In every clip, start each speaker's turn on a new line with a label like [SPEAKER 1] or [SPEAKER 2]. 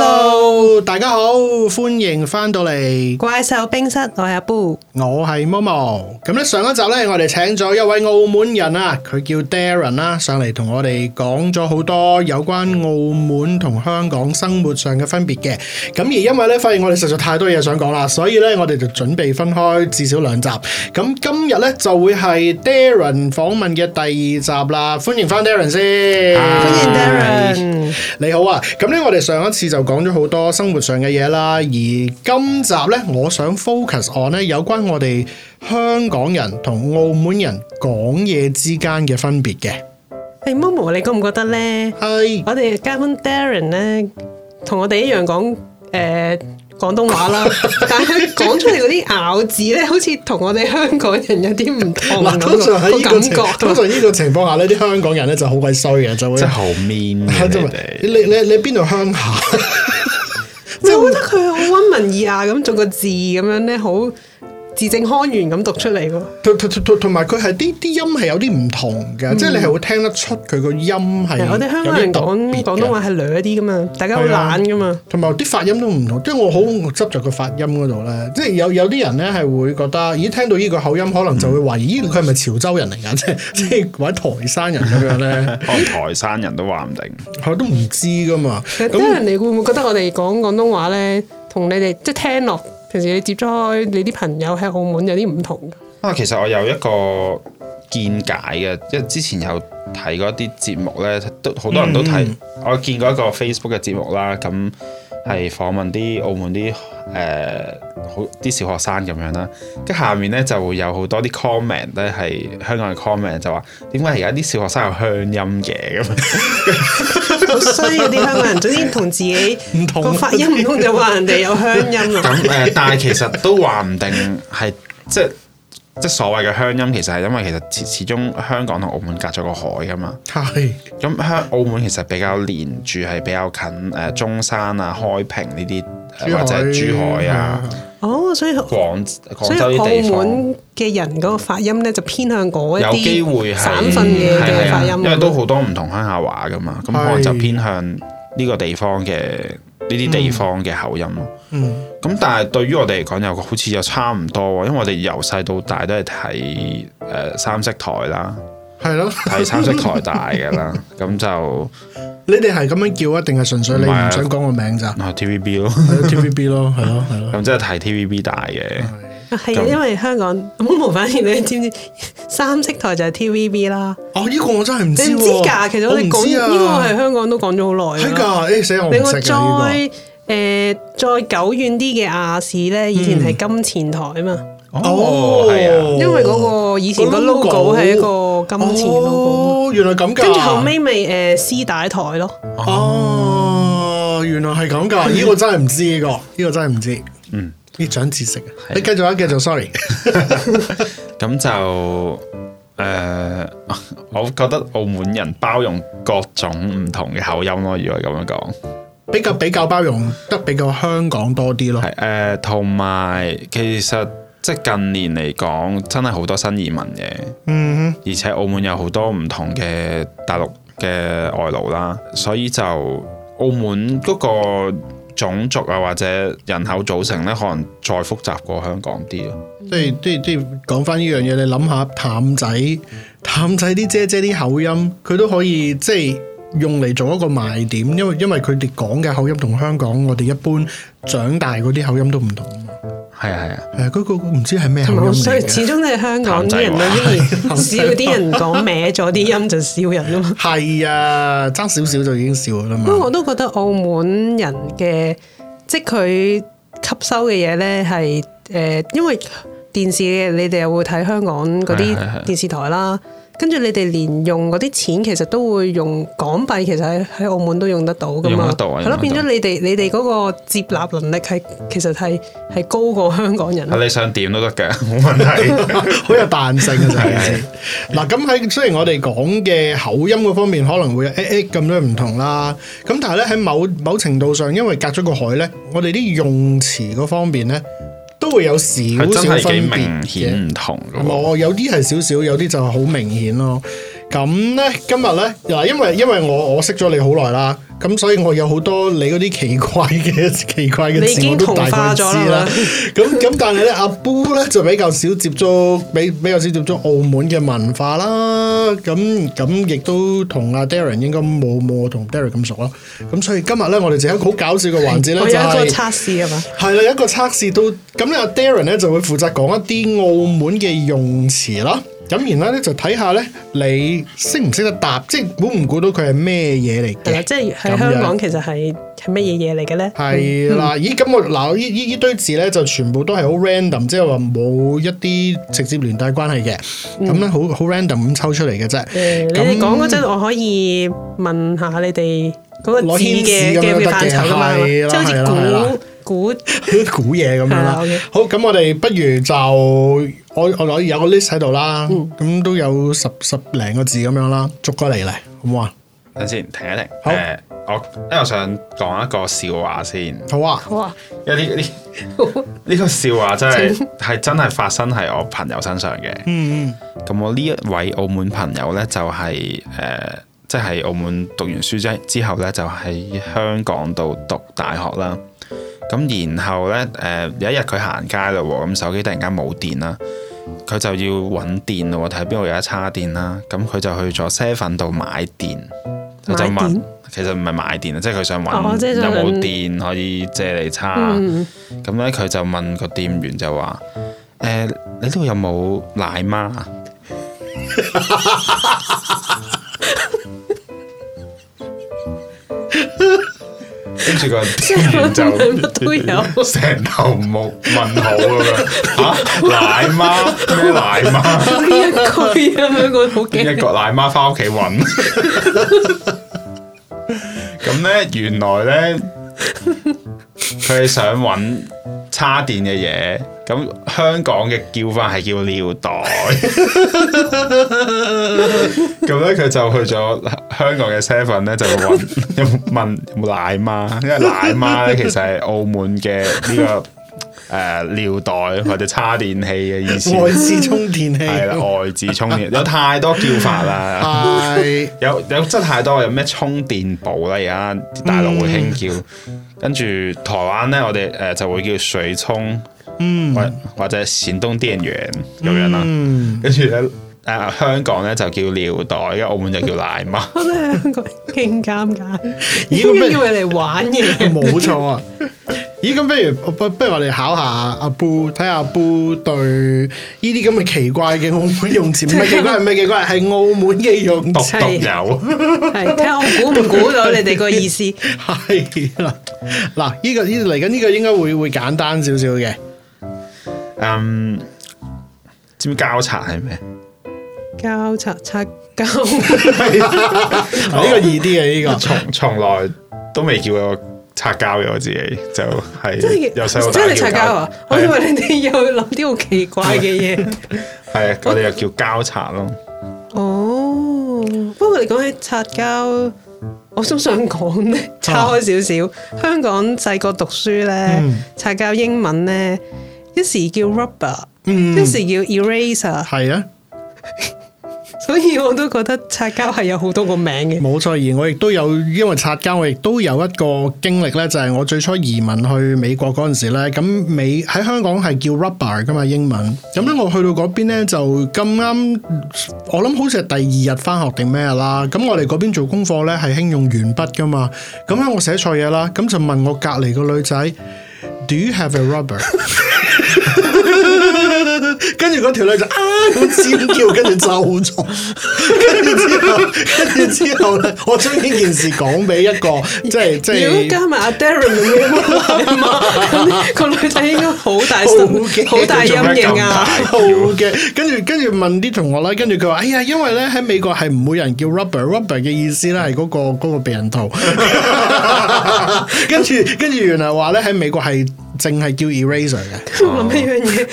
[SPEAKER 1] Hello，大家好，歡迎翻到嚟，
[SPEAKER 2] 怪獸冰室，我係阿 Boo。
[SPEAKER 1] 我係 Momo。咁咧上一集咧，我哋請咗一位澳門人啊，佢叫 Darren 啦，上嚟同我哋講咗好多有關澳門同香港生活上嘅分別嘅。咁而因為咧，發現我哋實在太多嘢想講啦，所以咧我哋就準備分開至少兩集。咁今日咧就會係 Darren 訪問嘅第二集啦，歡迎翻 Darren 先，
[SPEAKER 2] 歡迎
[SPEAKER 1] Darren。
[SPEAKER 2] Darren。
[SPEAKER 1] 你好啊，咁咧我哋上一次就講咗好多生活上嘅嘢啦，而今集咧我想 focus on 咧有關我哋香港人同澳門人講嘢之間嘅分別嘅。
[SPEAKER 2] 誒，Momo，你覺唔覺得咧？
[SPEAKER 1] 係
[SPEAKER 2] 我哋嘉賓 Darren 咧，同我哋一樣講誒廣東話 啦，但係佢講出嚟嗰啲咬字咧，好似同我哋香港人有啲唔同
[SPEAKER 1] 嗱，
[SPEAKER 2] 咁
[SPEAKER 1] 通常喺
[SPEAKER 2] 個
[SPEAKER 1] 呢個
[SPEAKER 2] 感
[SPEAKER 1] 情通
[SPEAKER 2] 覺。啊
[SPEAKER 1] 常呢個情況下呢啲香港人咧就好鬼衰嘅，就會 啊
[SPEAKER 3] 真係好 mean 嘅你哋
[SPEAKER 1] 你你你邊度鄉下？
[SPEAKER 2] 即係我覺得佢好温文爾雅咁逐個字咁樣咧，好字正腔圓咁讀出嚟喎。
[SPEAKER 1] 同同同同埋佢係啲啲音係有啲唔同嘅，即係你係會聽得出佢個音係
[SPEAKER 2] 嗯係我哋香港人講廣
[SPEAKER 1] 廣
[SPEAKER 2] 東話係嗲啲噶嘛，大家好
[SPEAKER 1] 啊
[SPEAKER 2] 懶噶嘛。
[SPEAKER 1] 同埋啲發音都唔同，即係我好執着個發音嗰度咧，即係有有啲人咧係會覺得，咦聽到呢個口音可能就會懷疑，咦佢係咪潮州人嚟㗎？即 係即係或者台山人咁樣咧，
[SPEAKER 3] 可能哦台山人都話唔定，
[SPEAKER 1] 我都唔知㗎嘛。
[SPEAKER 2] 其實
[SPEAKER 1] 咁
[SPEAKER 2] Darren，你會唔會覺得我哋講廣東話咧，同你哋即係聽落，平時你接觸開你啲朋友喺澳門有啲唔同㗎？
[SPEAKER 3] 啊，其實我有一個見解嘅，因為之前有睇過一啲節目咧，都好多人都睇。我見過一個 Facebook 嘅節目啦，咁係訪問啲澳門啲誒、呃好啲小學生咁樣啦，跟下面咧就會有好多啲 comment 咧係香港嘅 comment 就話點解而家啲小學生有鄉音嘅咁樣。
[SPEAKER 2] 好衰啊嗰啲香港人，總之同自己
[SPEAKER 1] 唔同
[SPEAKER 2] 個發音唔同就話人哋有鄉音 啊！
[SPEAKER 3] 咁誒、呃但係其實都話唔定係即即所謂嘅鄉音，其實係因為其實始始終香港同澳門隔咗個海噶嘛。
[SPEAKER 1] 係
[SPEAKER 3] 咁香澳門其實比較連住係比較近誒、呃中山啊、開平呢啲，呃
[SPEAKER 1] 珠海
[SPEAKER 3] 或者珠海啊、
[SPEAKER 2] 哦，所以
[SPEAKER 3] 廣
[SPEAKER 2] 所
[SPEAKER 3] 廣
[SPEAKER 2] 以
[SPEAKER 3] 州
[SPEAKER 2] 澳
[SPEAKER 3] 啲地方。
[SPEAKER 2] 門嘅人嗰個發音咧就偏向嗰
[SPEAKER 3] 有機
[SPEAKER 2] 一
[SPEAKER 3] 會
[SPEAKER 2] 啲
[SPEAKER 3] 係
[SPEAKER 2] 省份嘅
[SPEAKER 3] 係
[SPEAKER 2] 嘅
[SPEAKER 3] 係
[SPEAKER 2] 發
[SPEAKER 3] 啊
[SPEAKER 2] 音，嗯
[SPEAKER 3] 因為都好多唔同鄉下話噶嘛，咁可能就
[SPEAKER 1] 係
[SPEAKER 3] 偏向呢個地方嘅呢啲地方嘅口音咯。
[SPEAKER 1] 嗯
[SPEAKER 3] 咁但係對於我哋嚟講，有個好似又差唔多喎，因為我哋由細到大都係睇誒三色台 啦，
[SPEAKER 1] 係咯，
[SPEAKER 3] 睇三色台大嘅啦，咁就哦
[SPEAKER 1] 你哋係咁樣叫啊，定係純粹你唔
[SPEAKER 3] 唔係啊
[SPEAKER 1] 想講個名咋？
[SPEAKER 3] 啊 TVB 咯，
[SPEAKER 1] 係咯 TVB 咯，係咯係咯。
[SPEAKER 3] 咁即係睇 TVB 大嘅，
[SPEAKER 2] 嗯係啊，因為香港 咁無反而你知唔知三色台就係 TVB 啦？
[SPEAKER 1] 哦，呢個我真係唔知
[SPEAKER 2] 你唔知
[SPEAKER 1] 喎
[SPEAKER 2] 㗎？其實我哋
[SPEAKER 1] 唔
[SPEAKER 2] 講
[SPEAKER 1] 知啊
[SPEAKER 2] 呢個係香港都講咗好耐
[SPEAKER 1] 係
[SPEAKER 2] 㗎啦
[SPEAKER 1] 㗎，誒死我唔
[SPEAKER 2] 你個
[SPEAKER 1] 識
[SPEAKER 2] 再
[SPEAKER 1] 啊呢
[SPEAKER 2] 誒、再久遠啲嘅亞視
[SPEAKER 1] 嗯
[SPEAKER 2] 咧，以前係金錢台啊嘛，
[SPEAKER 1] 個。
[SPEAKER 3] 哦係啊，
[SPEAKER 2] 因為嗰個以前個 logo 係一個金錢 logo，
[SPEAKER 1] 哦，原來咁㗎。
[SPEAKER 2] 跟住後尾咪誒絲帶台咯，
[SPEAKER 1] 哦，原來係咁噶，
[SPEAKER 2] 嗯
[SPEAKER 1] 呢個真係唔知呢個，呢個真係唔知。
[SPEAKER 3] 嗯，
[SPEAKER 1] 呢長知識啊！
[SPEAKER 3] 係
[SPEAKER 1] 你繼續啊，繼續，sorry。
[SPEAKER 3] 咁就誒、 我覺得澳門人包容各種唔同嘅口音咯，如果咁樣講。
[SPEAKER 1] 比較比較包容得比較香港多啲咯。
[SPEAKER 3] 係誒，同埋其實即係近年嚟講，真係好多新移民嘅，
[SPEAKER 1] 嗯
[SPEAKER 3] 而且澳門有好多唔同嘅大陸嘅外勞啦，所以就澳門嗰個種族啊或者人口組成咧，可能再複雜過香港啲咯。
[SPEAKER 1] 哼，即係即係即係講翻呢樣嘢，你諗下淡仔，淡仔啲姐姐啲口音，佢都可以即係。用嚟做一個賣點，因為因為佢哋講嘅口音同香港我哋一般長大嗰啲口音都唔同啊嘛。
[SPEAKER 3] 係啊係啊，
[SPEAKER 1] 係啊嗰個唔知係咩口
[SPEAKER 2] 同埋
[SPEAKER 1] 音
[SPEAKER 2] 好衰，
[SPEAKER 1] 嚟嘅。
[SPEAKER 2] 始終都係香港啲人
[SPEAKER 1] 譚
[SPEAKER 2] 啦，
[SPEAKER 1] 仔
[SPEAKER 2] 笑
[SPEAKER 1] 話
[SPEAKER 2] 啲人講 歪咗啲音就笑人啊嘛。
[SPEAKER 1] 係啊，爭少少就已經笑啦嘛。
[SPEAKER 3] 嗯
[SPEAKER 2] 不過我都覺得澳門人嘅，即係佢吸收嘅嘢咧係誒，因為電視嘅你哋又會睇香港嗰
[SPEAKER 3] 係
[SPEAKER 2] 啲
[SPEAKER 3] 係係
[SPEAKER 2] 電視台啦，跟住你哋連用嗰啲錢其實都會用港幣，其實喺喺澳門都用得到噶嘛，
[SPEAKER 3] 用得到啊
[SPEAKER 2] 係咯，
[SPEAKER 3] 用得
[SPEAKER 2] 變
[SPEAKER 3] 到
[SPEAKER 2] 咗你哋你哋嗰個接納能力係其實係係高過香港人咯。
[SPEAKER 3] 你想點都得嘅，冇問題。
[SPEAKER 1] 好有彈性嘅就係。嗱，咁喺雖然我哋講嘅口音嗰方面可能會誒誒咁樣唔同啦，咁但係咧喺某某程度上，因為隔咗個海咧，我哋啲用詞嗰方面咧都會有少
[SPEAKER 3] 佢真
[SPEAKER 1] 少
[SPEAKER 3] 係幾
[SPEAKER 1] 分別嘅。
[SPEAKER 3] 明
[SPEAKER 1] 哦
[SPEAKER 3] 顯唔同嘅喎。
[SPEAKER 1] 我有啲係少少，有啲就係好明顯咯。咁咧今日咧嗱，因為因為我我識咗你好耐啦，咁所以我有好多你嗰啲奇怪嘅 奇怪嘅
[SPEAKER 2] 你已
[SPEAKER 1] 字我
[SPEAKER 2] 經
[SPEAKER 1] 都
[SPEAKER 2] 同
[SPEAKER 1] 大概
[SPEAKER 2] 化
[SPEAKER 1] 知
[SPEAKER 2] 咗啦
[SPEAKER 1] 啦
[SPEAKER 2] 嘛。
[SPEAKER 1] 咁咁，但係咧阿 Boo 咧就比較少接觸，比比較少接觸澳門嘅文化啦。咁咁亦都同阿 Darren 應該冇冇我同 Darren 咁熟啦。咁所以今日咧，我哋就有一個好搞笑嘅環節咧，
[SPEAKER 2] 我有
[SPEAKER 1] 就
[SPEAKER 2] 一個
[SPEAKER 1] 係、
[SPEAKER 2] 測試啊嘛，
[SPEAKER 1] 係啦，有一個測試到咁阿 Darren 咧就會負責講一啲澳門嘅用詞啦。咁然後咧就睇下咧你識唔識得答，即係估唔估到佢係咩嘢嚟
[SPEAKER 2] 係啦，
[SPEAKER 1] 嘅？
[SPEAKER 2] 即係
[SPEAKER 1] 咁樣
[SPEAKER 2] 喺香港其實係係乜嘢嘢嚟嘅咧？
[SPEAKER 1] 係啦，
[SPEAKER 2] 嗯
[SPEAKER 1] 咦咁我嗱依依依堆字咧就全部都係好 random，即係話冇一啲直接連帶關係嘅，咁咧好好 random 咁抽出嚟嘅啫。
[SPEAKER 2] 嗯誒，你
[SPEAKER 1] 咁
[SPEAKER 2] 哋講嗰陣，我可以問下你哋嗰個字
[SPEAKER 1] 攞牽
[SPEAKER 2] 嘅
[SPEAKER 1] 絲咁樣
[SPEAKER 2] 嘅
[SPEAKER 1] 得
[SPEAKER 2] 嘅
[SPEAKER 1] 嘅
[SPEAKER 2] 範疇㗎嘛，
[SPEAKER 1] 係
[SPEAKER 2] 係
[SPEAKER 1] 啦
[SPEAKER 2] 嘛即
[SPEAKER 1] 係啦係
[SPEAKER 2] 係
[SPEAKER 1] 啦
[SPEAKER 2] 好似估估
[SPEAKER 1] 估嘢咁樣
[SPEAKER 2] 係啦
[SPEAKER 1] 啦
[SPEAKER 2] ，OK。
[SPEAKER 1] 好，咁我哋不如就我我攞有個 list 喺度啦，
[SPEAKER 2] 嗯
[SPEAKER 1] 咁都有十十零個字咁樣啦，逐個嚟嚟，好唔好啊？
[SPEAKER 3] 等先，停一停。
[SPEAKER 1] 好
[SPEAKER 3] 誒我因為我想講一個笑話先，
[SPEAKER 1] 好啊，
[SPEAKER 2] 哇，
[SPEAKER 3] 因為呢呢呢個笑話真係係真係發生喺我朋友身上嘅。
[SPEAKER 1] 嗯
[SPEAKER 3] 咁我呢一位澳門朋友呢，就係、誒、即係澳門讀完書之之後呢，就喺香港度讀大學啦。咁然後呢，誒、呃有一日佢行街啦喎，咁手機突然間冇電啦，佢就要揾電咯喎，睇邊度有得叉電啦。咁佢就去咗 Seven 度買電，佢就
[SPEAKER 2] 買
[SPEAKER 3] 問
[SPEAKER 2] 電，
[SPEAKER 3] 其實唔係買電啊，即係佢想
[SPEAKER 2] 哦即
[SPEAKER 3] 揾
[SPEAKER 2] 係
[SPEAKER 3] 有
[SPEAKER 2] 想
[SPEAKER 3] 冇
[SPEAKER 2] 揾
[SPEAKER 3] 電可以借嚟叉。
[SPEAKER 2] 嗯，
[SPEAKER 3] 咁咧佢就問個店員就話：誒、你呢度有冇奶媽啊？
[SPEAKER 2] 即
[SPEAKER 3] 跟住個店員
[SPEAKER 2] 係乜 都
[SPEAKER 3] 就
[SPEAKER 2] 有
[SPEAKER 3] 成頭冇問號 咁樣嚇奶媽咩奶媽？
[SPEAKER 2] 呢一句咁樣我 好
[SPEAKER 3] 邊一
[SPEAKER 2] 驚，
[SPEAKER 3] 個奶媽翻屋企揾？咁咧原來咧，佢係想揾叉電嘅嘢。咁香港嘅叫法係叫尿袋。咁咧佢就去咗香港嘅 Seven 咧，就揾有冇問有冇奶媽，因為奶媽咧其實係澳門嘅呢、個。誒、尿袋或者叉電器嘅意思
[SPEAKER 1] 嗯，外置充電器
[SPEAKER 3] 係啦，外置充電有太多叫法啦，
[SPEAKER 2] 啊
[SPEAKER 1] 係
[SPEAKER 3] 有有真係太多，有咩充電寶啦，而家啲大陸會興叫，
[SPEAKER 2] 嗯
[SPEAKER 3] 跟住台灣咧，我哋誒就會叫水充，
[SPEAKER 1] 嗯
[SPEAKER 3] 或或者閃東電源咁樣啦，
[SPEAKER 1] 嗯，
[SPEAKER 3] 跟住咧誒香港咧就叫尿袋，跟住澳門就叫奶 媽，
[SPEAKER 2] 我覺得香港勁尷尬，
[SPEAKER 1] 咦
[SPEAKER 2] 咦
[SPEAKER 1] 咁
[SPEAKER 2] 咁
[SPEAKER 1] 咩
[SPEAKER 2] 以為嚟玩嘅，
[SPEAKER 1] 冇錯啊。咦，咁不如不不如我哋考下阿 Boo，睇下阿 Boo 對呢啲咁嘅奇怪嘅澳門用詞，唔係 奇怪，唔係奇怪，係澳門嘅用
[SPEAKER 3] 獨
[SPEAKER 1] 詞，
[SPEAKER 3] 獨有。
[SPEAKER 2] 係睇下我估唔估到你哋個意思。
[SPEAKER 1] 哦係啦。嗱，呢個呢嚟緊呢個應該會會簡單少少嘅。
[SPEAKER 3] 嗯，知唔知交叉係咩？
[SPEAKER 2] 交叉擦 交，
[SPEAKER 1] 呢個易啲嘅呢個。
[SPEAKER 3] 從從來都未叫過擦膠嘅我自己，就
[SPEAKER 2] 真
[SPEAKER 3] 係
[SPEAKER 2] 係
[SPEAKER 3] 由細到大
[SPEAKER 2] 真係擦
[SPEAKER 3] 叫
[SPEAKER 2] 膠啊！我以為你哋又諗啲好奇怪嘅嘢。
[SPEAKER 3] 係啊，我哋又叫交叉咯。
[SPEAKER 2] 哦，不過你講起擦膠，我都想講咧，
[SPEAKER 1] 啊
[SPEAKER 2] 岔開少少。香港細個讀書咧
[SPEAKER 1] 嗯，
[SPEAKER 2] 擦膠英文咧，一時叫 rubber，
[SPEAKER 1] 嗯
[SPEAKER 2] 一時叫 eraser，
[SPEAKER 1] 係啊，
[SPEAKER 2] 所以我都覺得擦膠係有好多個名嘅。
[SPEAKER 1] 冇錯。而我亦都有，因為擦膠，我亦都有一個經歷咧，就係、我最初移民去美國嗰陣時咧，咁美喺香港係叫 rubber 噶嘛英文。咁咧我去到嗰邊咧就咁啱，我諗好似係第二日翻學定咩啦。咁我哋嗰邊做功課咧係興用鉛筆噶嘛。咁咧我寫錯嘢啦，咁就問我隔離個女仔，Do you have a rubber？跟住嗰條女就啊咁尖叫，跟住走咗。跟住之後，跟住之後咧，我將呢件事講俾一 個即係即
[SPEAKER 2] 如果
[SPEAKER 1] 係
[SPEAKER 2] 加埋阿 Darren 咁樣嘛， 個女仔應該好大
[SPEAKER 1] 好
[SPEAKER 2] 心
[SPEAKER 1] 驚
[SPEAKER 2] 好大陰影啊！
[SPEAKER 1] 好嘅。跟住跟住問啲同學啦，跟住佢話：哎呀，因為咧喺美國係唔會有人叫 rubber，rubber 嘅意思咧係嗰個嗰個避孕套。 跟住跟住原來話咧喺美國係淨係叫 eraser 嘅。
[SPEAKER 2] 我諗一樣嘢，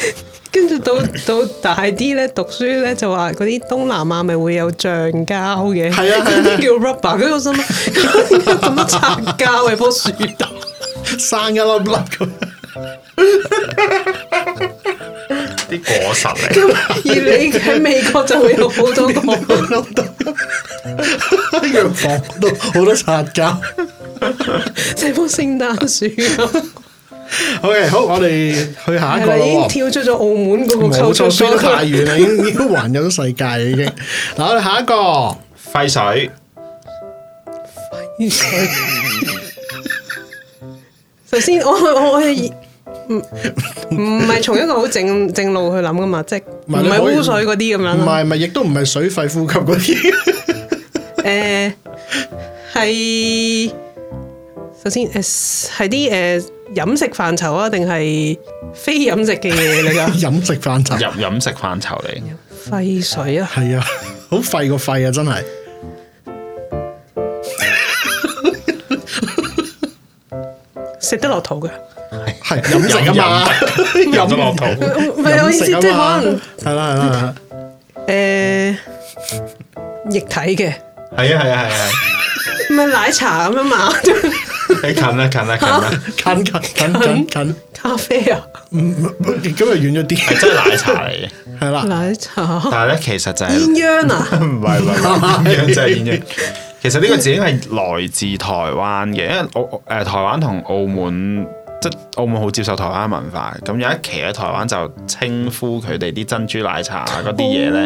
[SPEAKER 2] 跟住到到大啲咧，讀書咧就話嗰啲東南亞咪會有橡膠嘅，
[SPEAKER 1] 係啊係啊
[SPEAKER 2] 嗰啲叫 rubber，跟住我心諗，咁多擦膠喺樖樹度，
[SPEAKER 1] 生一粒粒咁。
[SPEAKER 3] 啲果實嚟。
[SPEAKER 2] 咁而你喺美國就會有好 多個，
[SPEAKER 1] 藥房都好多擦膠。
[SPEAKER 2] 成棵聖誕樹咁。
[SPEAKER 1] OK，好，我哋去下一
[SPEAKER 2] 係
[SPEAKER 1] 個啦
[SPEAKER 2] 咪已經
[SPEAKER 1] 喎。
[SPEAKER 2] 跳出咗澳門嗰個
[SPEAKER 1] 啊冇錯，
[SPEAKER 2] 構造
[SPEAKER 1] 輸得太
[SPEAKER 2] 咗？
[SPEAKER 1] 遠啦，已經已經環遊咗世界啦，已經。嗱，我哋下一個。
[SPEAKER 3] 廢水
[SPEAKER 2] 首先，我我我係唔唔係從一個好正正路去諗噶嘛，即係
[SPEAKER 1] 唔
[SPEAKER 2] 唔
[SPEAKER 1] 係你
[SPEAKER 2] 係
[SPEAKER 1] 可以
[SPEAKER 2] 污水嗰啲咁
[SPEAKER 1] 唔
[SPEAKER 2] 樣啊啦。
[SPEAKER 1] 係唔係，亦都唔係水肺呼吸嗰啲。
[SPEAKER 2] 誒係首先誒係啲誒飲食範疇啊，定係非飲食嘅嘢嚟㗎？
[SPEAKER 1] 飲食範疇
[SPEAKER 3] 入飲食範疇嚟，
[SPEAKER 2] 廢水啊！
[SPEAKER 1] 係啊，好廢個肺啊，真係。
[SPEAKER 2] 食得落肚嘅，
[SPEAKER 1] 係飲食啊嘛，
[SPEAKER 3] 入 咗落肚。
[SPEAKER 2] 唔係
[SPEAKER 1] 飲
[SPEAKER 2] 我意思，
[SPEAKER 1] 食
[SPEAKER 2] 即
[SPEAKER 1] 啊
[SPEAKER 2] 係
[SPEAKER 1] 嘛係啦係
[SPEAKER 2] 可能。
[SPEAKER 1] 啦係啦，
[SPEAKER 2] Ờ, 誒液體嘅，
[SPEAKER 3] 係啊係啊係啊，
[SPEAKER 2] 唔係奶茶咁樣嘛，
[SPEAKER 3] 你近啦近啦近啦，
[SPEAKER 1] 近近近近近，
[SPEAKER 2] 咖啡啊，
[SPEAKER 1] 唔今日遠咗
[SPEAKER 3] 係
[SPEAKER 1] 啲，
[SPEAKER 3] 真係奶茶嚟嘅。
[SPEAKER 1] 係啦，
[SPEAKER 2] 奶茶，
[SPEAKER 3] 但係咧，其實就係
[SPEAKER 2] 鴛鴦啊，
[SPEAKER 3] 唔係唔係，鴛鴦真係鴛鴦。其實呢個字應該係來自台灣嘅，因為澳誒、呃台灣同澳門，即係澳門好接受台灣文化。咁有一期喺台灣就稱呼佢哋啲珍珠奶茶啊嗰啲嘢咧，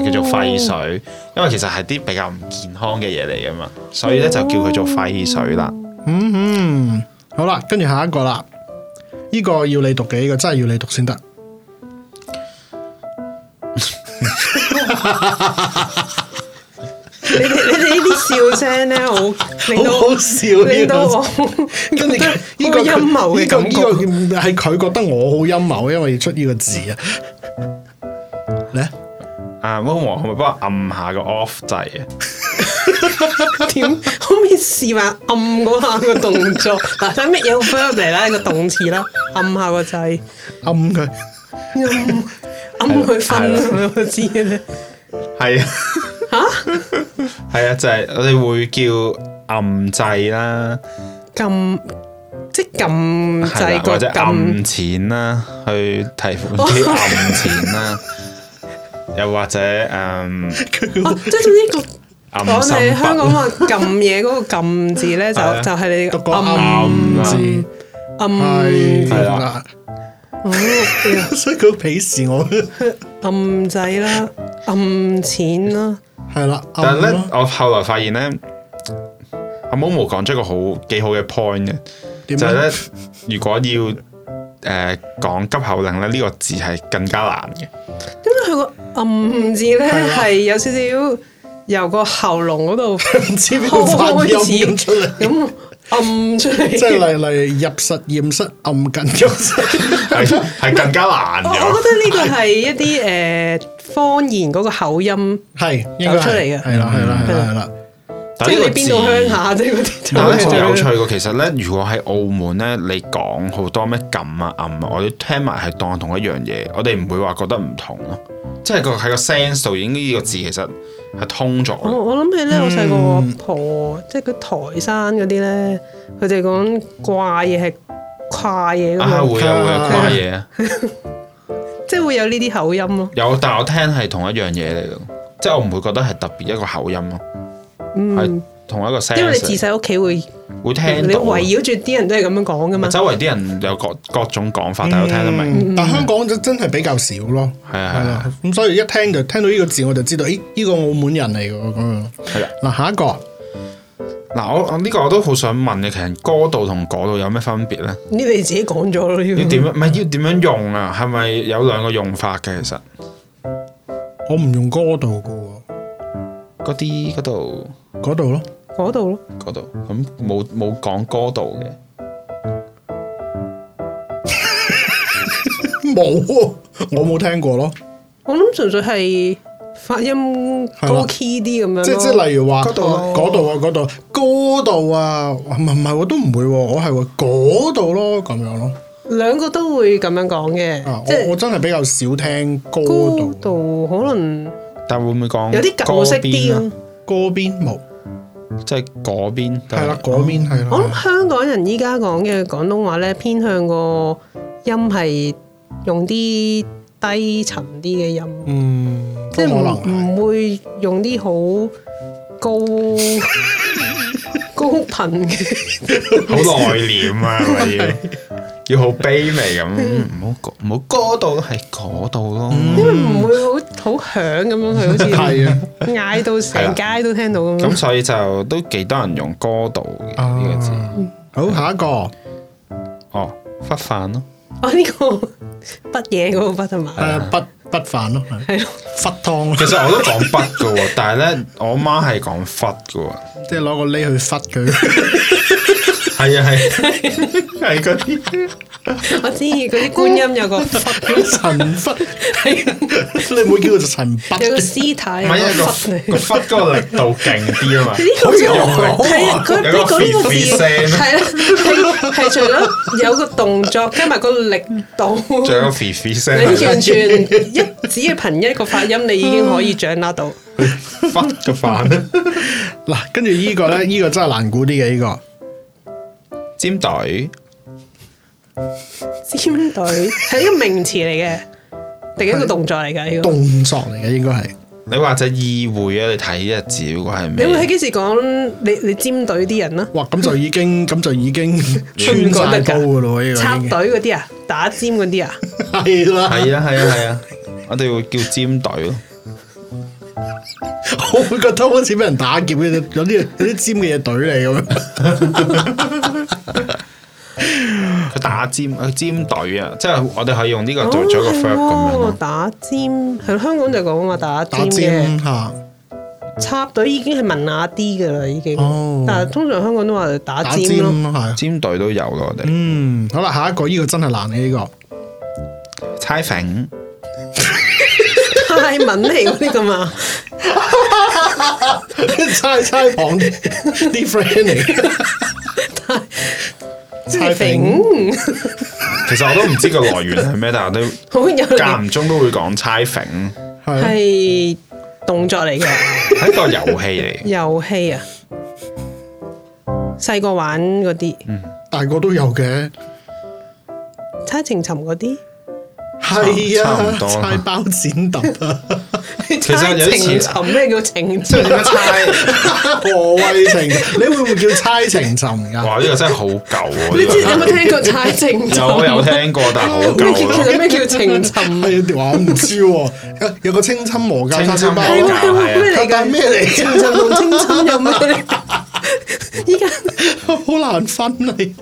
[SPEAKER 3] 就叫做廢水，因為其實係啲比較唔健康嘅嘢嚟噶嘛，所以咧就叫佢做廢水啦。
[SPEAKER 1] 嗯，好啦，跟住下一個啦，呢個要你讀嘅，呢個真係要你讀先得。
[SPEAKER 2] 你哋你哋呢啲笑聲咧，我令到
[SPEAKER 1] 好好笑呢個
[SPEAKER 2] 令到我
[SPEAKER 1] 跟住呢個
[SPEAKER 2] 覺得呢個陰謀嘅感
[SPEAKER 1] 呢個
[SPEAKER 2] 覺，
[SPEAKER 1] 呢個係佢覺得我好陰謀，因為要出呢個字啊。咧，
[SPEAKER 3] 啊，汪王可唔可以幫我按下個 off 掣啊？
[SPEAKER 2] 點 可唔可以試下按嗰下個動 作？嗱，睇乜嘢好 verb 嚟啦？個動詞啦，按下個掣，
[SPEAKER 1] 暗佢。
[SPEAKER 2] 按按佢分咁樣，我知嘅 咧。
[SPEAKER 3] 係啊，係啊，就係、我哋會叫暗掣啦。
[SPEAKER 2] 撳即係撳
[SPEAKER 3] 係啦
[SPEAKER 2] 掣個
[SPEAKER 3] 或者
[SPEAKER 2] 撳
[SPEAKER 3] 暗錢啦，去提款 啲暗錢啦， 又或者嗯
[SPEAKER 2] 哦，即係總之
[SPEAKER 3] 暗
[SPEAKER 2] 我
[SPEAKER 3] 心
[SPEAKER 2] 哋香港
[SPEAKER 3] 筆，
[SPEAKER 2] 話撳嘢嗰個撳字咧，就
[SPEAKER 3] 係啊
[SPEAKER 2] 就係你
[SPEAKER 1] 讀個
[SPEAKER 3] 暗
[SPEAKER 1] 暗字
[SPEAKER 2] 暗啊
[SPEAKER 1] 係
[SPEAKER 3] 係
[SPEAKER 1] 啦
[SPEAKER 3] 啦，
[SPEAKER 2] 哦哎呀
[SPEAKER 1] 所以佢鄙視我，
[SPEAKER 2] 暗仔啦，暗錢啦，
[SPEAKER 1] 係啦，
[SPEAKER 3] 但
[SPEAKER 1] 暗啊
[SPEAKER 3] 係咧
[SPEAKER 1] 咯，
[SPEAKER 3] 我後來發現咧，阿 Momo 講出一個好幾好嘅 point 嘅，
[SPEAKER 1] 點
[SPEAKER 2] 啊
[SPEAKER 3] 就係
[SPEAKER 1] 咧？
[SPEAKER 3] 咧，如果要誒講急口令咧，呢個字係更加難嘅。
[SPEAKER 2] 因為佢個暗字咧
[SPEAKER 3] 啊
[SPEAKER 1] 係啦
[SPEAKER 2] 係有少少由個喉嚨嗰 度
[SPEAKER 1] 唔知邊個發音咁出嚟，
[SPEAKER 2] 咁暗出 嚟。
[SPEAKER 1] 即係例例入實驗室暗緊 咗身，
[SPEAKER 3] 係係更加難
[SPEAKER 2] 我
[SPEAKER 3] 嘅
[SPEAKER 2] 我。覺得呢個係一啲誒方言嗰個口音，
[SPEAKER 1] 係應該係
[SPEAKER 2] 出嚟嘅嗯
[SPEAKER 1] 係啦係啦係啦係啦，
[SPEAKER 3] 但
[SPEAKER 2] 即
[SPEAKER 3] 係呢
[SPEAKER 2] 係
[SPEAKER 3] 個
[SPEAKER 2] 你邊
[SPEAKER 3] 字
[SPEAKER 2] 度鄉下啫嗰啲就
[SPEAKER 3] 但咧
[SPEAKER 2] 係
[SPEAKER 3] 好哦有趣
[SPEAKER 2] 咁樣。
[SPEAKER 3] 喎，其實咧，如果喺澳門咧，你講好多咩撳啊暗啊，我哋聽埋係當同一樣嘢，我哋唔會話覺得唔同咯。即係個喺個 sense 度已經呢個字其實係通咗
[SPEAKER 2] 我
[SPEAKER 3] 嘅。
[SPEAKER 2] 我諗起咧，我細個我阿婆，
[SPEAKER 3] 嗯
[SPEAKER 2] 即係佢台山嗰啲咧，佢哋講掛嘢係跨嘢咁
[SPEAKER 3] 啊，
[SPEAKER 2] 樣，
[SPEAKER 3] 會啊會 啊，
[SPEAKER 1] 啊
[SPEAKER 3] 跨嘢啊，
[SPEAKER 2] 即係會有呢啲口音咯。
[SPEAKER 3] 有，但係我聽係同一樣嘢嚟嘅，即係我唔會覺得係特別一個口音咯，係同一個 sense
[SPEAKER 2] 嗯
[SPEAKER 3] 嚟。
[SPEAKER 2] 因為你自細屋企會，
[SPEAKER 3] 會聽
[SPEAKER 2] 你
[SPEAKER 3] 到
[SPEAKER 2] 圍
[SPEAKER 3] 啊，
[SPEAKER 2] 繞住啲人都係咁樣講噶嘛。
[SPEAKER 3] 周圍啲人有各各種講法，但係我聽得明。
[SPEAKER 1] 嗯但香港真真係比較少咯，
[SPEAKER 3] 係啊
[SPEAKER 1] 係
[SPEAKER 3] 係
[SPEAKER 1] 啦
[SPEAKER 3] 啊，
[SPEAKER 1] 咁所以一聽就聽到呢個字我就知道，咦呢個澳門人嚟嘅咁樣。
[SPEAKER 3] 係啊。
[SPEAKER 1] 嗱下一個
[SPEAKER 3] 嗱，我我呢個我都好想問嘅，其實歌度同嗰度有咩分別咧？
[SPEAKER 2] 呢你自己講咗咯，
[SPEAKER 3] 要
[SPEAKER 2] 要
[SPEAKER 3] 點樣？唔係要點樣用啊？係咪有兩個用法嘅？其實
[SPEAKER 1] 我唔用嗰度嘅
[SPEAKER 3] 嗰啲嗰度
[SPEAKER 1] 喎，嗰度咯，
[SPEAKER 2] 嗰度咯。
[SPEAKER 3] 嗰度咁冇冇講歌度嘅，
[SPEAKER 1] 冇喎，我冇聽過咯，
[SPEAKER 2] 我諗純粹係發音
[SPEAKER 1] 係啦
[SPEAKER 2] 高 key 啲咁樣咯。
[SPEAKER 1] 即即例如話
[SPEAKER 3] 嗰度咯
[SPEAKER 1] 嗰度啊嗰度嗰度啊，唔係唔係我都唔會喎，我係話嗰度咯咁樣咯。
[SPEAKER 2] 兩個都會咁樣講
[SPEAKER 1] 啊
[SPEAKER 2] 嘅，！即
[SPEAKER 1] 我我
[SPEAKER 2] 係
[SPEAKER 1] 真係比較少聽歌
[SPEAKER 2] 高
[SPEAKER 1] 度，
[SPEAKER 2] 度可能
[SPEAKER 3] 但會唔會講
[SPEAKER 2] 有啲舊式啲
[SPEAKER 3] 歌邊
[SPEAKER 2] 咯
[SPEAKER 3] 啊。
[SPEAKER 1] 歌邊冇，
[SPEAKER 3] 即係嗰邊
[SPEAKER 1] 係啦，嗰邊係
[SPEAKER 2] 我諗
[SPEAKER 1] 啦，
[SPEAKER 2] 香港人依家講嘅廣東話咧，偏向個音係用啲低沉啲嘅音，
[SPEAKER 1] 嗯，
[SPEAKER 2] 即
[SPEAKER 1] 都可
[SPEAKER 2] 係
[SPEAKER 1] 能係
[SPEAKER 2] 唔唔會用啲好高 高頻嘅。
[SPEAKER 3] 好內斂啊，係咪要要好卑微咁，唔好唔好嗰度咯，係嗰度咯，
[SPEAKER 2] 因為唔會好好響咁樣，佢好似
[SPEAKER 1] 係啊，
[SPEAKER 2] 嗌到成街都聽到咁
[SPEAKER 3] 咁
[SPEAKER 2] 樣。
[SPEAKER 3] 所以就都幾多人用嗰度嘅呢個字，
[SPEAKER 1] 好下一個。
[SPEAKER 3] 哦，忽飯咯，
[SPEAKER 2] 哦，呢個筆嘢嗰個筆係嘛？
[SPEAKER 1] 誒筆筆飯咯，係
[SPEAKER 2] 係咯，
[SPEAKER 1] 忽湯
[SPEAKER 3] 其
[SPEAKER 1] 咯，
[SPEAKER 3] 實我都講筆嘅喎，但係咧我媽係講忽嘅喎，
[SPEAKER 1] 即係攞個喱去忽佢。
[SPEAKER 3] 係啊係， 係嗰啲
[SPEAKER 2] 我知嗰啲觀音有個 筆，
[SPEAKER 1] 陳忽，
[SPEAKER 2] 係
[SPEAKER 1] 你唔會叫佢做陳筆
[SPEAKER 2] 有個
[SPEAKER 1] 嘅。
[SPEAKER 2] 屍體，
[SPEAKER 3] 唔 係因為
[SPEAKER 2] 有
[SPEAKER 3] 個
[SPEAKER 2] 個筆嚟。
[SPEAKER 3] 個忽嗰個力度勁啲啊 嘛，
[SPEAKER 2] 呢個就
[SPEAKER 1] 好有
[SPEAKER 2] 係啊，佢你講呢個字
[SPEAKER 3] 有個 free- free 聲
[SPEAKER 2] 係啊，係係除咗有個動作，加埋個力度，
[SPEAKER 3] 仲有肥肥聲啊
[SPEAKER 2] 你，完全一只係憑一個發音，你已經可以掌握到。
[SPEAKER 3] 忽嘅飯啊咧，
[SPEAKER 1] 嗱，跟住呢個咧，呢個真係難估啲嘅呢
[SPEAKER 3] 尖隊
[SPEAKER 2] 尖隊係一個名詞嚟嘅，定一個動作嚟㗎？呢
[SPEAKER 1] 個
[SPEAKER 2] 個
[SPEAKER 1] 動作嚟嘅，應該係
[SPEAKER 3] 你或者意會啊，你睇呢個字嗰個係
[SPEAKER 2] 你會喺
[SPEAKER 3] 咩？
[SPEAKER 2] 幾時講你你尖隊啲人啦？
[SPEAKER 1] 哇，咁 就已經咁就已經穿晒煲噶咯喎，呢
[SPEAKER 2] 插
[SPEAKER 1] 個已經
[SPEAKER 2] 隊嗰啲啊，打尖嗰啲啊，
[SPEAKER 1] 係啦，
[SPEAKER 3] 係啊係啊係啊，我哋會叫尖隊咯。
[SPEAKER 1] 我會覺得好似俾人打劫嘅，有啲有啲尖嘅嘢懟你咁樣。
[SPEAKER 3] 佢打尖，佢尖隊啊，即係我哋可以用呢個做咗個 verb 咁樣啊
[SPEAKER 2] 哦
[SPEAKER 3] 咯，。
[SPEAKER 2] 打尖係香港就講話打
[SPEAKER 1] 打
[SPEAKER 2] 尖嘅
[SPEAKER 1] 尖。嚇，
[SPEAKER 2] 插隊已經係文雅啲嘅啦，已經。
[SPEAKER 1] 哦
[SPEAKER 2] 但係通常香港都話打
[SPEAKER 1] 打
[SPEAKER 2] 尖
[SPEAKER 1] 尖
[SPEAKER 2] 咯，
[SPEAKER 1] 係。
[SPEAKER 3] 尖隊都有咯，我哋
[SPEAKER 1] 嗯，好啦，下一個呢個真係難嘅呢個。
[SPEAKER 3] 猜揈
[SPEAKER 2] 泰文嚟嗰啲噶嘛，
[SPEAKER 1] 猜猜房啲啲 friend 嚟，
[SPEAKER 2] 即
[SPEAKER 1] 猜
[SPEAKER 2] 係
[SPEAKER 1] 餅
[SPEAKER 2] 揈，
[SPEAKER 3] 其實我都唔知個來源係咩，但係我都
[SPEAKER 2] 好有
[SPEAKER 3] 間
[SPEAKER 2] 力，
[SPEAKER 3] 唔中都會講猜揈，
[SPEAKER 1] 係
[SPEAKER 2] 係動作嚟嘅
[SPEAKER 3] 係一個遊戲嚟。
[SPEAKER 2] 遊戲啊。細個玩嗰啲，
[SPEAKER 1] 大個都有嘅，
[SPEAKER 2] 猜情尋嗰啲，
[SPEAKER 1] 係
[SPEAKER 3] 差
[SPEAKER 1] 啊
[SPEAKER 3] 唔，多
[SPEAKER 1] 猜包剪揼 啊，
[SPEAKER 3] 實
[SPEAKER 2] 猜
[SPEAKER 3] 有啲
[SPEAKER 2] 情
[SPEAKER 3] 似
[SPEAKER 2] 尋咩叫情
[SPEAKER 3] 即
[SPEAKER 2] 尋？
[SPEAKER 3] 係點樣 猜？
[SPEAKER 1] 何為情？你會唔會叫猜情尋㗎？
[SPEAKER 3] 哇！呢個真係好舊啊
[SPEAKER 2] 你知有
[SPEAKER 3] 喎。呢
[SPEAKER 2] 冇聽過猜情
[SPEAKER 3] 個有
[SPEAKER 2] 尋？
[SPEAKER 3] 我有聽過，但係好
[SPEAKER 2] 咩叫
[SPEAKER 3] 舊
[SPEAKER 2] 其
[SPEAKER 3] 咯。
[SPEAKER 2] 實咩叫情尋？
[SPEAKER 1] 係話我唔知喎，有有個清親磨教
[SPEAKER 3] 清
[SPEAKER 1] 叉
[SPEAKER 3] 親
[SPEAKER 1] 燒包，
[SPEAKER 2] 係
[SPEAKER 3] 磨
[SPEAKER 2] 喎係喎咩嚟
[SPEAKER 1] 係啊
[SPEAKER 2] 㗎？
[SPEAKER 1] 咩嚟
[SPEAKER 2] 情尋同清尋有咩嚟？依家
[SPEAKER 1] 㗎？好難分你。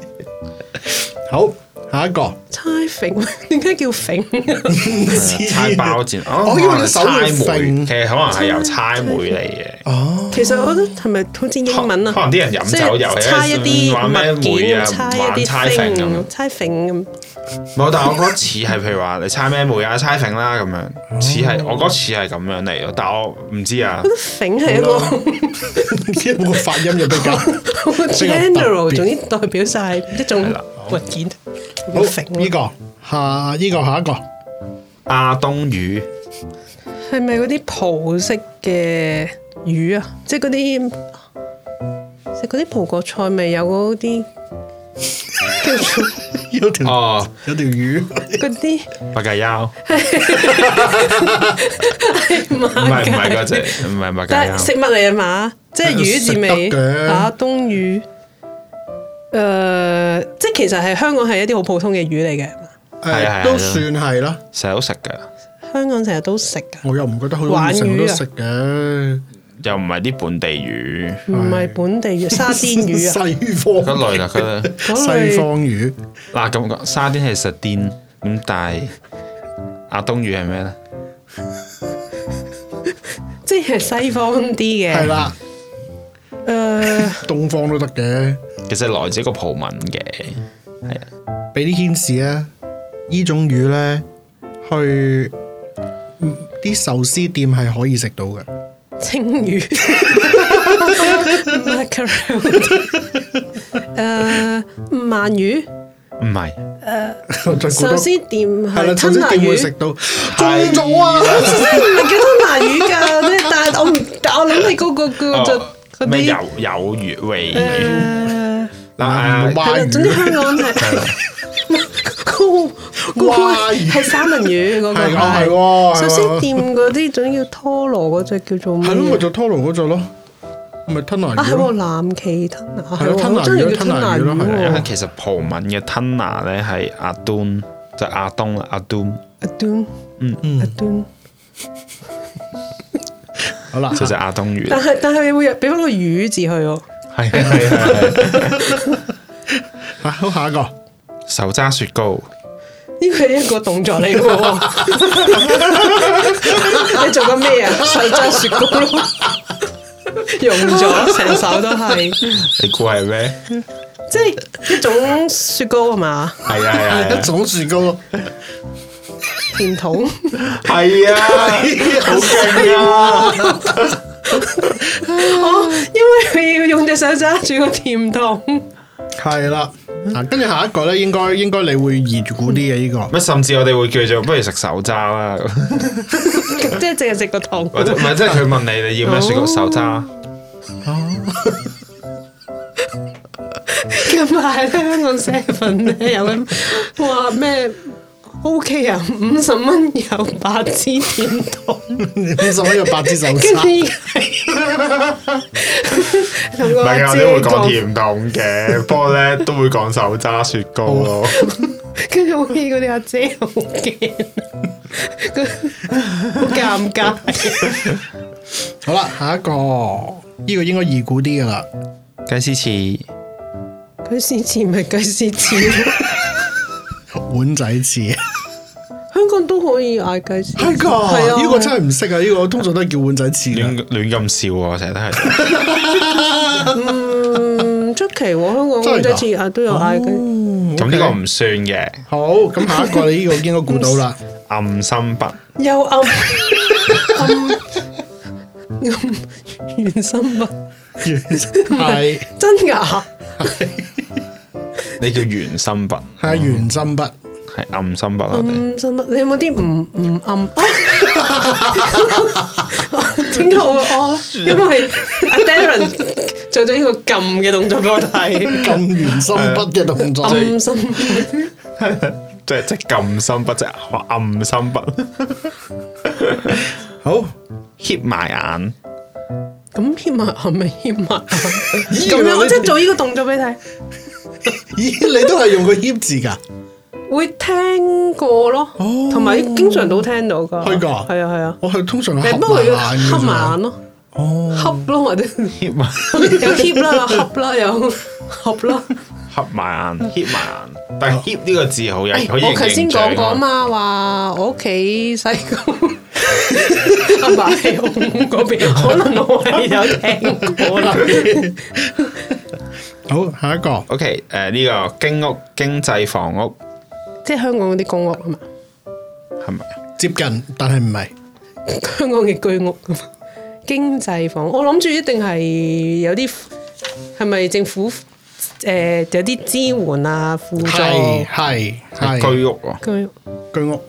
[SPEAKER 1] 好，下一個
[SPEAKER 2] 猜揈，點解叫揈？
[SPEAKER 3] 猜包剪哦，
[SPEAKER 1] 我以
[SPEAKER 3] 可
[SPEAKER 1] 為
[SPEAKER 3] 能
[SPEAKER 1] 你手
[SPEAKER 3] 猜
[SPEAKER 1] 會
[SPEAKER 3] 梅，
[SPEAKER 1] 揈
[SPEAKER 3] 其實可能係由猜梅嚟嘅。
[SPEAKER 2] 其實我覺得係咪好似英文啊？
[SPEAKER 3] 可能啲人飲酒遊戲
[SPEAKER 2] 即係猜一
[SPEAKER 3] 玩咩
[SPEAKER 2] 啲物
[SPEAKER 3] 梅啊
[SPEAKER 2] 件，猜
[SPEAKER 3] 玩
[SPEAKER 2] 一啲
[SPEAKER 3] 猜揈咁
[SPEAKER 2] 揈，猜揈咁。
[SPEAKER 3] 冇，但係我覺得似係，譬如話你猜咩梅啊、猜揈啦咁樣，似係我覺得似係咁樣嚟咯，但我唔知啊
[SPEAKER 2] 覺。得揈係一個
[SPEAKER 1] 唔知有冇個發音有比較？
[SPEAKER 2] 好 general，總之代表晒一種
[SPEAKER 3] 係啦
[SPEAKER 2] 物件。
[SPEAKER 1] 好，
[SPEAKER 2] 好
[SPEAKER 1] 呢
[SPEAKER 2] 揈
[SPEAKER 1] 個下呢個下一個
[SPEAKER 3] 亞東魚
[SPEAKER 2] 係咪嗰啲葡式嘅魚啊？即係嗰啲食嗰啲葡國菜，咪有嗰啲叫做
[SPEAKER 1] 有條
[SPEAKER 3] 哦，
[SPEAKER 1] 有條魚，
[SPEAKER 2] 嗰啲
[SPEAKER 3] 白芥優，唔
[SPEAKER 2] 唔
[SPEAKER 3] 係唔係嗰只，唔係白芥
[SPEAKER 2] 但係
[SPEAKER 3] 優，
[SPEAKER 2] 食物嚟啊嘛，即係魚字
[SPEAKER 1] 食得
[SPEAKER 2] 尾
[SPEAKER 1] 嘅
[SPEAKER 2] 打冬魚。誒、即係其實係香港係一啲好普通嘅魚嚟嘅，
[SPEAKER 3] 係啊
[SPEAKER 1] 誒都算係啦。
[SPEAKER 3] 成日都食㗎，
[SPEAKER 2] 香港成日都食噶，
[SPEAKER 1] 我又唔覺得好多
[SPEAKER 2] 啊
[SPEAKER 1] 嘢食我都食嘅，
[SPEAKER 3] 又唔係啲本地魚
[SPEAKER 2] 唔係本地 魚，沙甸魚啊，
[SPEAKER 1] 西
[SPEAKER 3] 嗰
[SPEAKER 1] 方
[SPEAKER 3] 類啦，佢
[SPEAKER 2] 嗰
[SPEAKER 1] 西
[SPEAKER 2] 類
[SPEAKER 1] 方魚，
[SPEAKER 3] 嗱咁講，沙甸係食甸，咁但係亞東魚係咩咧？
[SPEAKER 2] 即係西方啲嘅。呃
[SPEAKER 1] 係啦，
[SPEAKER 2] 誒、
[SPEAKER 1] 東方都得嘅，
[SPEAKER 3] 其實來自一個葡文嘅，係啊，
[SPEAKER 1] 俾啲牽示啊！呢種魚咧，去嗯啲壽司店係可以食到嘅，
[SPEAKER 2] 青魚 macaroni，誒鰻呃 魚，
[SPEAKER 3] 唔係
[SPEAKER 1] 再估多
[SPEAKER 2] 壽司店
[SPEAKER 1] 係啦，
[SPEAKER 2] 係
[SPEAKER 1] 壽
[SPEAKER 2] 吞
[SPEAKER 1] 司
[SPEAKER 2] 拿
[SPEAKER 1] 店會
[SPEAKER 2] 魚。
[SPEAKER 1] 食到中咗啊！
[SPEAKER 2] 唔係叫吞拿魚 㗎，即係但係我唔，但係我諗你嗰個叫做
[SPEAKER 3] 哦
[SPEAKER 2] 嗰
[SPEAKER 3] 咩有
[SPEAKER 2] 啲
[SPEAKER 3] 有魚味啊
[SPEAKER 2] 誒，
[SPEAKER 3] 嗱
[SPEAKER 1] 唔好
[SPEAKER 3] 誒
[SPEAKER 1] 話
[SPEAKER 2] 係啦，總之香港係
[SPEAKER 3] 係啦
[SPEAKER 2] 高
[SPEAKER 1] 哇
[SPEAKER 2] 高係三文魚嗰個
[SPEAKER 1] 係啊係喎係喎
[SPEAKER 2] 壽司店嗰啲仲要拖羅嗰只叫做
[SPEAKER 1] 係咯，咪
[SPEAKER 2] 咩？
[SPEAKER 1] 就 Toro 嗰只咯，咪吞拿
[SPEAKER 2] 啊
[SPEAKER 1] 魚
[SPEAKER 2] 係
[SPEAKER 1] 咯
[SPEAKER 2] 喎，，藍鰭吞拿
[SPEAKER 1] 係咯
[SPEAKER 2] 係
[SPEAKER 1] 吞
[SPEAKER 2] 喎，
[SPEAKER 1] 拿魚
[SPEAKER 2] 我真係
[SPEAKER 1] 咯
[SPEAKER 2] 叫
[SPEAKER 1] 吞
[SPEAKER 2] 吞
[SPEAKER 1] 拿
[SPEAKER 2] 拿
[SPEAKER 1] 魚咯
[SPEAKER 2] 魚
[SPEAKER 1] 係啊
[SPEAKER 3] 因為
[SPEAKER 2] 喎。
[SPEAKER 3] 其實葡文嘅吞拿咧係阿端，就係阿東啦，阿端
[SPEAKER 2] 阿端，嗯，阿端，
[SPEAKER 1] 好啦，
[SPEAKER 3] 就係阿東魚。
[SPEAKER 2] 但係但係你會俾翻個魚字去喎。
[SPEAKER 1] 係係係係，啊好下一個，
[SPEAKER 3] 手揸雪糕，
[SPEAKER 2] 呢個係一個動作嚟嘅 喎，你做緊咩啊？手揸雪糕咯，溶 咗成手都係，
[SPEAKER 3] 你估係咩？
[SPEAKER 2] 即係一種雪糕係嘛？
[SPEAKER 3] 係啊係
[SPEAKER 1] 一
[SPEAKER 3] 啊
[SPEAKER 1] 種雪糕咯，
[SPEAKER 2] 甜 筒
[SPEAKER 3] 係啊，好勁啊！
[SPEAKER 2] 哦，因為你要用隻手揸住個甜筒，
[SPEAKER 1] 係啦，啊，跟住下一個咧，應該應該你會易估啲嘅呢個。
[SPEAKER 3] 乜甚至我哋會叫做不如食手揸啦，
[SPEAKER 2] 即係淨係食個糖。
[SPEAKER 3] 或者唔係即係佢問你你要咩雪糕手揸，
[SPEAKER 2] 近排咧香港 seven 咧有緊話咩？O K 啊，五十蚊有八支甜筒。
[SPEAKER 1] 五十蚊有八支手
[SPEAKER 2] 跟住
[SPEAKER 1] 揸，
[SPEAKER 2] 依家係同個
[SPEAKER 3] 唔
[SPEAKER 2] 阿
[SPEAKER 3] 係啊，我
[SPEAKER 2] 姐
[SPEAKER 3] 哋會講
[SPEAKER 2] 講，
[SPEAKER 3] 甜筒嘅，不過咧都會講手揸雪糕咯。
[SPEAKER 2] 跟住我見嗰啲阿姐好驚，佢好尷尬。
[SPEAKER 1] 好啦，下一個呢個應該易估啲噶啦，
[SPEAKER 3] 雞絲翅
[SPEAKER 2] 佢試翅咪佢試翅，
[SPEAKER 1] 碗仔翅
[SPEAKER 2] 香港都可以嗌雞翅。
[SPEAKER 1] 係噶，
[SPEAKER 2] 係啊，
[SPEAKER 1] 呢個真係唔識啊！呢個我通常都係叫碗仔翅嘅，
[SPEAKER 3] 亂亂咁笑喎，成日都 係。
[SPEAKER 2] 唔出奇喎。香港
[SPEAKER 1] 真係㗎
[SPEAKER 2] 嗰陣時啊都有嗌雞，
[SPEAKER 3] 咁呢個唔算嘅，
[SPEAKER 1] 嗯好咁下一個你呢個應該估到 啦，
[SPEAKER 3] 暗心筆。
[SPEAKER 2] 又暗暗暗原心啊！
[SPEAKER 1] 係
[SPEAKER 2] 真㗎，
[SPEAKER 3] 你叫圓心筆，
[SPEAKER 1] 係原心筆，
[SPEAKER 3] 係暗心筆啊！你
[SPEAKER 2] 暗心啊！你有冇啲唔唔暗啊？點解我會哦？因為阿 Darren 做咗呢個撳嘅動作俾我睇，
[SPEAKER 1] 咁原心筆嘅動作，
[SPEAKER 2] 暗心
[SPEAKER 3] 即係即係撳心筆，即係暗心筆，
[SPEAKER 1] 好
[SPEAKER 3] 貼埋眼，
[SPEAKER 2] 咁牽埋係咪牽埋？
[SPEAKER 1] 咦
[SPEAKER 2] 咁樣我即係做呢個動作俾你睇，
[SPEAKER 1] 咦你都係用個協字㗎，
[SPEAKER 2] 會聽過咯，同埋經常都聽到㗎。
[SPEAKER 1] 係㗎
[SPEAKER 2] 係啊係啊，
[SPEAKER 1] 我係通常係
[SPEAKER 2] 誒不過
[SPEAKER 1] 合
[SPEAKER 2] 要
[SPEAKER 1] 埋眼
[SPEAKER 2] 黑埋眼
[SPEAKER 1] 嘅，
[SPEAKER 2] 咯，合咯或者
[SPEAKER 3] 貼埋
[SPEAKER 2] 有貼啦，有合啦，有合啦。
[SPEAKER 3] 合埋眼，貼埋眼。但係貼呢個字好有，好
[SPEAKER 2] 嗯哦哎我頭先講
[SPEAKER 3] 講
[SPEAKER 2] 過啊嘛，話我屋企細 個阿爸喺澳門嗰邊，可能我係有聽過啦。
[SPEAKER 1] 好下一個
[SPEAKER 3] O K，誒呢個經屋經濟房屋
[SPEAKER 2] 即係香港嗰啲公屋啊嘛，
[SPEAKER 3] 係咪？
[SPEAKER 1] 接近，但係唔係
[SPEAKER 2] 香港嘅居屋啊嘛，經濟房，我諗住一定係有啲係咪政府誒、呃有啲支援啊輔
[SPEAKER 1] 係
[SPEAKER 2] 助
[SPEAKER 1] 係係
[SPEAKER 3] 係居屋喎，
[SPEAKER 2] 居屋，
[SPEAKER 1] 居屋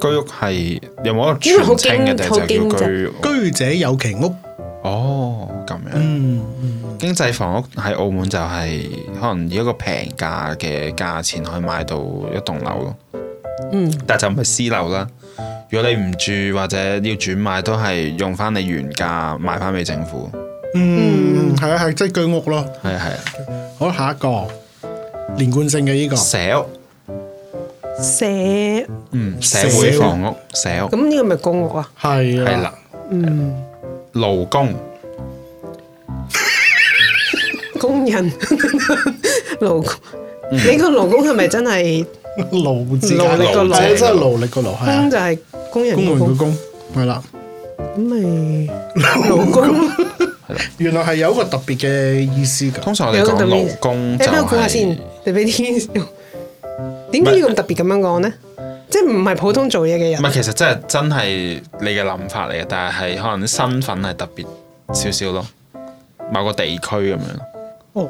[SPEAKER 3] 居屋係有冇一個
[SPEAKER 2] 因為好
[SPEAKER 3] 全稱嘅
[SPEAKER 2] 經
[SPEAKER 3] 定係就
[SPEAKER 2] 好
[SPEAKER 3] 叫
[SPEAKER 2] 經
[SPEAKER 3] 居屋？
[SPEAKER 1] 居者有其屋，
[SPEAKER 3] 哦，咁樣。
[SPEAKER 1] 嗯
[SPEAKER 3] 經濟房屋喺澳門就係可能以一個平價嘅價錢可以買到一棟樓咯。
[SPEAKER 2] 嗯，
[SPEAKER 3] 但就唔係私樓啦。如果你唔住或者要轉賣，都係用翻你原價賣翻俾政府。
[SPEAKER 1] 嗯係啊係即係居屋咯。
[SPEAKER 3] 係啊係啊，
[SPEAKER 1] 好，下一個連貫性嘅呢、個
[SPEAKER 3] 社屋，
[SPEAKER 2] 社
[SPEAKER 3] 嗯，社會房屋，社屋，
[SPEAKER 2] 咁呢個咪公屋啊？
[SPEAKER 1] 係
[SPEAKER 3] 係啦，，嗯，勞工，
[SPEAKER 2] 工人 勞工，
[SPEAKER 3] 嗯
[SPEAKER 2] 你個勞工係咪真係？
[SPEAKER 1] 勞字
[SPEAKER 2] 勞力個勞
[SPEAKER 1] 係啊真係勞力個勞，係
[SPEAKER 2] 工
[SPEAKER 3] 嗯
[SPEAKER 1] 啊，
[SPEAKER 2] 就係工人
[SPEAKER 1] 公務
[SPEAKER 2] 嘅
[SPEAKER 1] 員個
[SPEAKER 2] 工，
[SPEAKER 1] 工係啦。
[SPEAKER 2] 咁咪勞工。
[SPEAKER 1] 原來係有一個特別嘅意思㗎，
[SPEAKER 3] 通常我哋
[SPEAKER 2] 有個
[SPEAKER 3] 講
[SPEAKER 2] 特別
[SPEAKER 3] 勞工
[SPEAKER 2] 你
[SPEAKER 3] 就
[SPEAKER 2] 俾我估下
[SPEAKER 3] 係、
[SPEAKER 2] 先，你俾 啲點解要咁特別咁樣講咧？即係唔係普通做嘢嘅
[SPEAKER 3] 唔係
[SPEAKER 2] 人？
[SPEAKER 3] 其實真係真係你嘅諗法嚟嘅，但係可能啲身份係特別少少咯，某個地區咁樣。
[SPEAKER 2] 哦，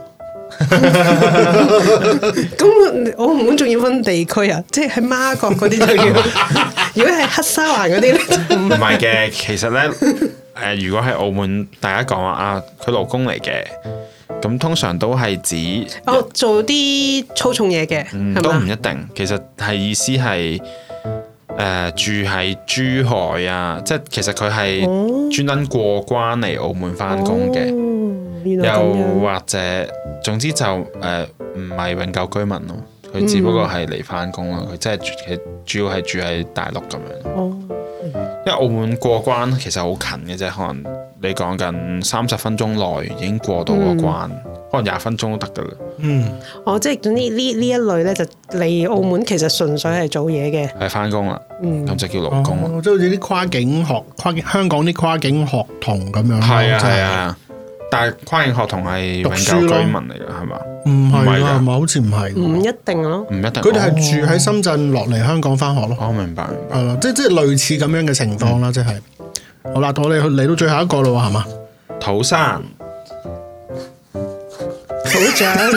[SPEAKER 2] 咁我澳門仲要分地區啊，即係喺孖 角嗰啲就要，如果係黑沙環嗰啲咧就唔
[SPEAKER 3] 唔係嘅，其實咧，誒、呃如果喺澳門，大家講話啊，佢勞工嚟嘅，咁通常都係指
[SPEAKER 2] 我哦做啲粗重嘢嘅，
[SPEAKER 3] 嗯
[SPEAKER 2] 係
[SPEAKER 3] 都唔
[SPEAKER 2] 嘛？
[SPEAKER 3] 一定，其實係意思係誒、呃住喺珠海啊，即係其實佢係專登過關嚟澳門翻工嘅，
[SPEAKER 2] 哦，原來咁
[SPEAKER 3] 又
[SPEAKER 2] 樣。
[SPEAKER 3] 或者總之就誒唔係永久居民咯，佢只不過係嚟翻工咯，佢真係住佢主要係住喺大陸咁樣，
[SPEAKER 2] 哦，
[SPEAKER 3] 因為澳門過關其實好近嘅啫，可能你講緊三十分鐘內已經過到
[SPEAKER 2] 嗯
[SPEAKER 3] 個關，可能廿分鐘都得㗎啦。
[SPEAKER 1] 嗯，
[SPEAKER 2] 哦，即係總之呢呢一類咧，就嚟澳門其實純粹係做嘢嘅。
[SPEAKER 3] 係翻工啦，
[SPEAKER 2] 嗯
[SPEAKER 3] 咁就叫勞工啦。
[SPEAKER 1] 哦即係好似啲跨境學跨境香港啲跨境學童咁樣咯，
[SPEAKER 3] 係啊
[SPEAKER 1] 真係
[SPEAKER 3] 係，啊，但係跨境學童係
[SPEAKER 1] 哦讀
[SPEAKER 3] 永
[SPEAKER 1] 書
[SPEAKER 3] 久
[SPEAKER 1] 咯
[SPEAKER 3] 居民嚟㗎，係嘛？
[SPEAKER 1] 唔
[SPEAKER 3] 唔係
[SPEAKER 1] 係
[SPEAKER 3] 㗎嗯
[SPEAKER 1] 啊，唔係好似唔係㗎，
[SPEAKER 2] 唔一定咯。
[SPEAKER 3] 唔一定。
[SPEAKER 1] 佢哋係住喺深圳落嚟香港翻學咯，
[SPEAKER 3] 哦，我明白明白。
[SPEAKER 1] 係啦，即即係類似咁樣嘅情況啦，即係。好啦，我哋去嚟到最後一個啦喎，係嘛？
[SPEAKER 3] 土生
[SPEAKER 2] 土長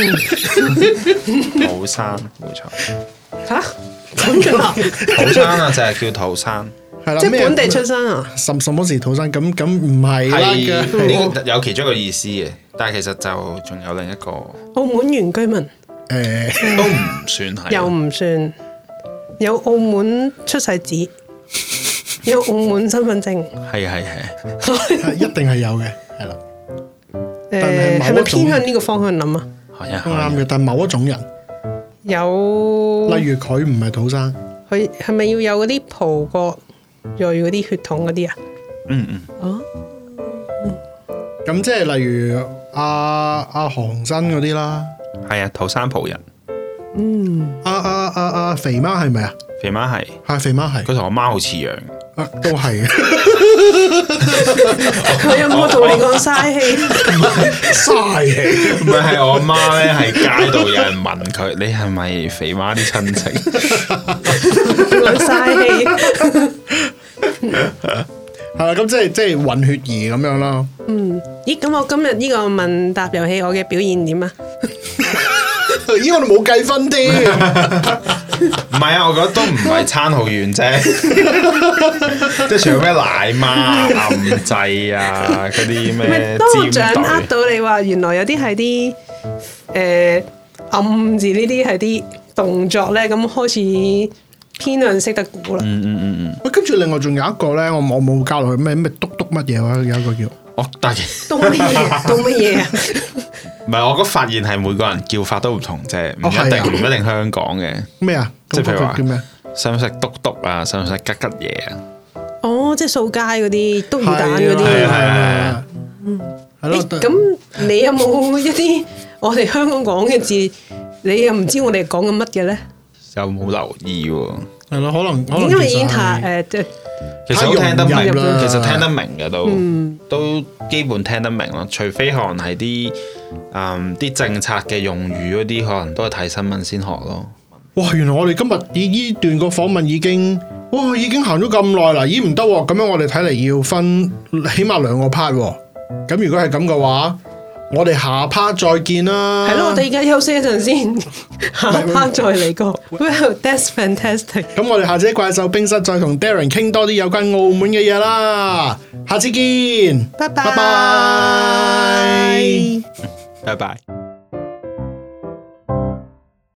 [SPEAKER 3] 土生冇錯，
[SPEAKER 2] 吓，咁嘅啦，
[SPEAKER 3] 土生啊就係叫土生，
[SPEAKER 1] 係啦，
[SPEAKER 2] 即係
[SPEAKER 1] 咩
[SPEAKER 2] 本地出生啊。
[SPEAKER 1] 什什麼時土生？咁咁唔係啦
[SPEAKER 3] 係呢
[SPEAKER 1] 嘅。
[SPEAKER 3] 個有其中一個意思嘅，但係其實就仲有另一個
[SPEAKER 2] 澳門原居民
[SPEAKER 1] 誒，
[SPEAKER 3] 都唔算
[SPEAKER 1] 啊
[SPEAKER 3] 係。
[SPEAKER 2] 又唔算有澳門出世 紙，有澳門身份證。
[SPEAKER 3] 係係係，
[SPEAKER 1] 係一定係有嘅，係啦，
[SPEAKER 2] 誒
[SPEAKER 1] 但係某一種
[SPEAKER 2] 係咪偏向呢個方向諗啊？
[SPEAKER 3] 係啊
[SPEAKER 1] 都啱
[SPEAKER 3] 係啊
[SPEAKER 1] 嘅。但某一種人，
[SPEAKER 2] 有
[SPEAKER 1] 例如佢唔係土生，
[SPEAKER 2] 佢係咪要有嗰啲葡國裔嗰啲血統嗰啲啊？
[SPEAKER 3] 嗯嗯，
[SPEAKER 2] 哦，
[SPEAKER 1] 咁即係例如阿阿韓生嗰啲啦，
[SPEAKER 3] 係啊，土生葡人，
[SPEAKER 2] 嗯，
[SPEAKER 1] 阿阿阿阿肥媽係咪啊？
[SPEAKER 3] 肥媽係，
[SPEAKER 1] 係肥媽係，
[SPEAKER 3] 佢同我媽好似樣。
[SPEAKER 1] 啊都係嘅，
[SPEAKER 2] 佢有冇同你講 嘥氣？
[SPEAKER 1] 嘥氣。
[SPEAKER 3] 唔係，係我媽咧，喺街度有人問佢： 你係咪肥媽啲親戚？
[SPEAKER 2] 佢嘥氣，
[SPEAKER 1] 係啦，咁即係即係混血兒咁樣啦。
[SPEAKER 2] 嗯，咦？咁我今日呢個問答遊戲我嘅表現點啊？
[SPEAKER 1] 咦，我哋冇計分添，
[SPEAKER 3] 唔係啊，我覺得都唔係差好 遠啫，即係除咗咩奶媽、暗制啊嗰啲
[SPEAKER 2] 咪
[SPEAKER 3] 咩
[SPEAKER 2] 當我掌
[SPEAKER 3] 尖
[SPEAKER 2] 握
[SPEAKER 3] 隊，
[SPEAKER 2] 到你話原來有啲係啲誒暗字呢啲係啲動作咧，咁開始偏向識得估啦。
[SPEAKER 3] 嗯嗯嗯嗯，
[SPEAKER 1] 喂跟住另外仲有一個咧，我我冇交落去咩咩篤篤乜嘢話，有一個叫
[SPEAKER 3] 我但係
[SPEAKER 2] 到乜 嘢？到乜嘢啊？
[SPEAKER 3] 唔係我覺得發現係每個人叫法都唔同啫，唔
[SPEAKER 1] 哦
[SPEAKER 3] 一
[SPEAKER 1] 係啊
[SPEAKER 3] 定唔一定香港嘅，
[SPEAKER 1] 咩啊？
[SPEAKER 3] 即係譬如話
[SPEAKER 1] 叫咩？
[SPEAKER 3] 使唔使篤篤啊，使唔使吉吉嘢啊？
[SPEAKER 2] 哦，即係掃街嗰啲篤魚蛋嗰
[SPEAKER 1] 係啊係
[SPEAKER 2] 啲
[SPEAKER 1] 啊。係啊
[SPEAKER 3] 啊，
[SPEAKER 1] 係啊
[SPEAKER 2] 咦
[SPEAKER 1] 咯。
[SPEAKER 2] 咁你有冇一啲 我哋香港講嘅字，你又唔知我哋講緊乜嘅咧？
[SPEAKER 3] 又冇留意喎，
[SPEAKER 1] 係咯，可能可能
[SPEAKER 2] 因為已經
[SPEAKER 1] 其實係
[SPEAKER 2] 太誒，即係
[SPEAKER 3] 其實都聽
[SPEAKER 1] 太
[SPEAKER 3] 得
[SPEAKER 1] 融
[SPEAKER 3] 明
[SPEAKER 1] 入啦
[SPEAKER 3] 其實聽得明嘅都、都基本聽得明咯，除非可能係啲嗯啲政策嘅用語嗰啲，可能都係睇新聞先學咯。
[SPEAKER 1] 哇！原來我哋今日以呢段個訪問已經，哇已經行咗咁耐啦，咦唔得喎！咁樣我哋睇嚟要分起碼兩個 part 喎。咁如果係咁嘅話，我哋下 part 再見啦。
[SPEAKER 2] 係咯，我哋而家休息一陣先，下一 part 再嚟過。Well, that's fantastic。
[SPEAKER 1] 咁我哋下次喺怪獸冰室再同 Darren 傾多啲有關澳門嘅嘢啦。下次見，
[SPEAKER 2] 拜拜
[SPEAKER 1] 拜拜
[SPEAKER 3] 拜拜。